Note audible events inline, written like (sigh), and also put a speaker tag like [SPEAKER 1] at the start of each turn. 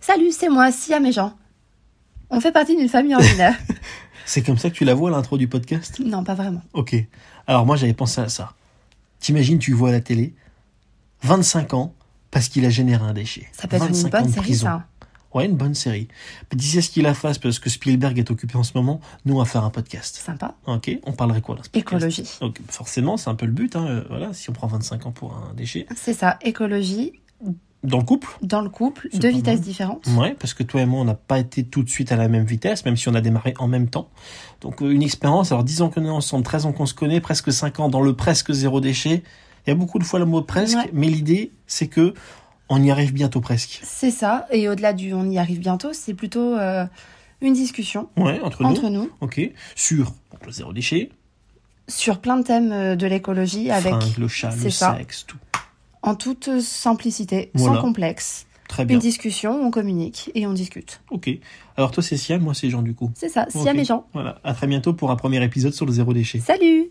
[SPEAKER 1] Salut, c'est moi, Sia Méjean. On fait partie d'une famille
[SPEAKER 2] (laughs)
[SPEAKER 1] ordinaire.
[SPEAKER 2] C'est comme ça que tu la vois à l'intro du podcast
[SPEAKER 1] non, pas vraiment.
[SPEAKER 2] Ok. Alors moi j'avais pensé à ça. T'imagines, tu vois à la télé, 25 ans parce qu'il a généré un déchet.
[SPEAKER 1] Ça peut être une
[SPEAKER 2] 25 ans
[SPEAKER 1] bonne
[SPEAKER 2] de
[SPEAKER 1] série,
[SPEAKER 2] prison.
[SPEAKER 1] ça. hein.
[SPEAKER 2] Ouais, une bonne série. Mais d'ici à ce qu'il la fasse, parce que Spielberg est occupé en ce moment, nous on va faire un podcast.
[SPEAKER 1] Sympa.
[SPEAKER 2] Ok, on parlerait quoi dans ce podcast
[SPEAKER 1] Écologie.
[SPEAKER 2] Donc, forcément, c'est un peu le but. hein, euh, voilà, si on prend 25 ans pour un déchet.
[SPEAKER 1] C'est ça, écologie,
[SPEAKER 2] Dans le couple,
[SPEAKER 1] dans le couple,
[SPEAKER 2] C'est
[SPEAKER 1] deux
[SPEAKER 2] pas
[SPEAKER 1] vitesses
[SPEAKER 2] mal.
[SPEAKER 1] différentes.
[SPEAKER 2] Ouais, parce que toi et moi, on n'a pas été tout de suite à la même vitesse, même si on a démarré en même temps. Donc, euh, une expérience, alors 10 ans qu'on est ensemble, 13 ans qu'on se connaît, presque 5 ans dans le presque zéro déchet. Il y a beaucoup de fois le mot presque,
[SPEAKER 1] Ouais.
[SPEAKER 2] mais l'idée, c'est que on y arrive bientôt presque.
[SPEAKER 1] C'est ça, et au-delà du on y arrive bientôt, c'est plutôt euh, une discussion
[SPEAKER 2] Ouais, entre, nous.
[SPEAKER 1] entre nous
[SPEAKER 2] Ok. Sur donc, le zéro déchet,
[SPEAKER 1] sur plein de thèmes euh, de l'écologie avec
[SPEAKER 2] fringues, le chat, le
[SPEAKER 1] c'est ça.
[SPEAKER 2] sexe, tout.
[SPEAKER 1] en toute euh, simplicité,
[SPEAKER 2] Voilà.
[SPEAKER 1] sans complexe.
[SPEAKER 2] Très
[SPEAKER 1] Une
[SPEAKER 2] bien.
[SPEAKER 1] discussion, on communique et on discute.
[SPEAKER 2] Ok. Alors, toi, c'est Siam, moi, c'est Jean, du coup.
[SPEAKER 1] C'est ça, Siam
[SPEAKER 2] Ok.
[SPEAKER 1] et Jean.
[SPEAKER 2] Voilà. À très bientôt pour un premier épisode sur le zéro déchet.
[SPEAKER 1] Salut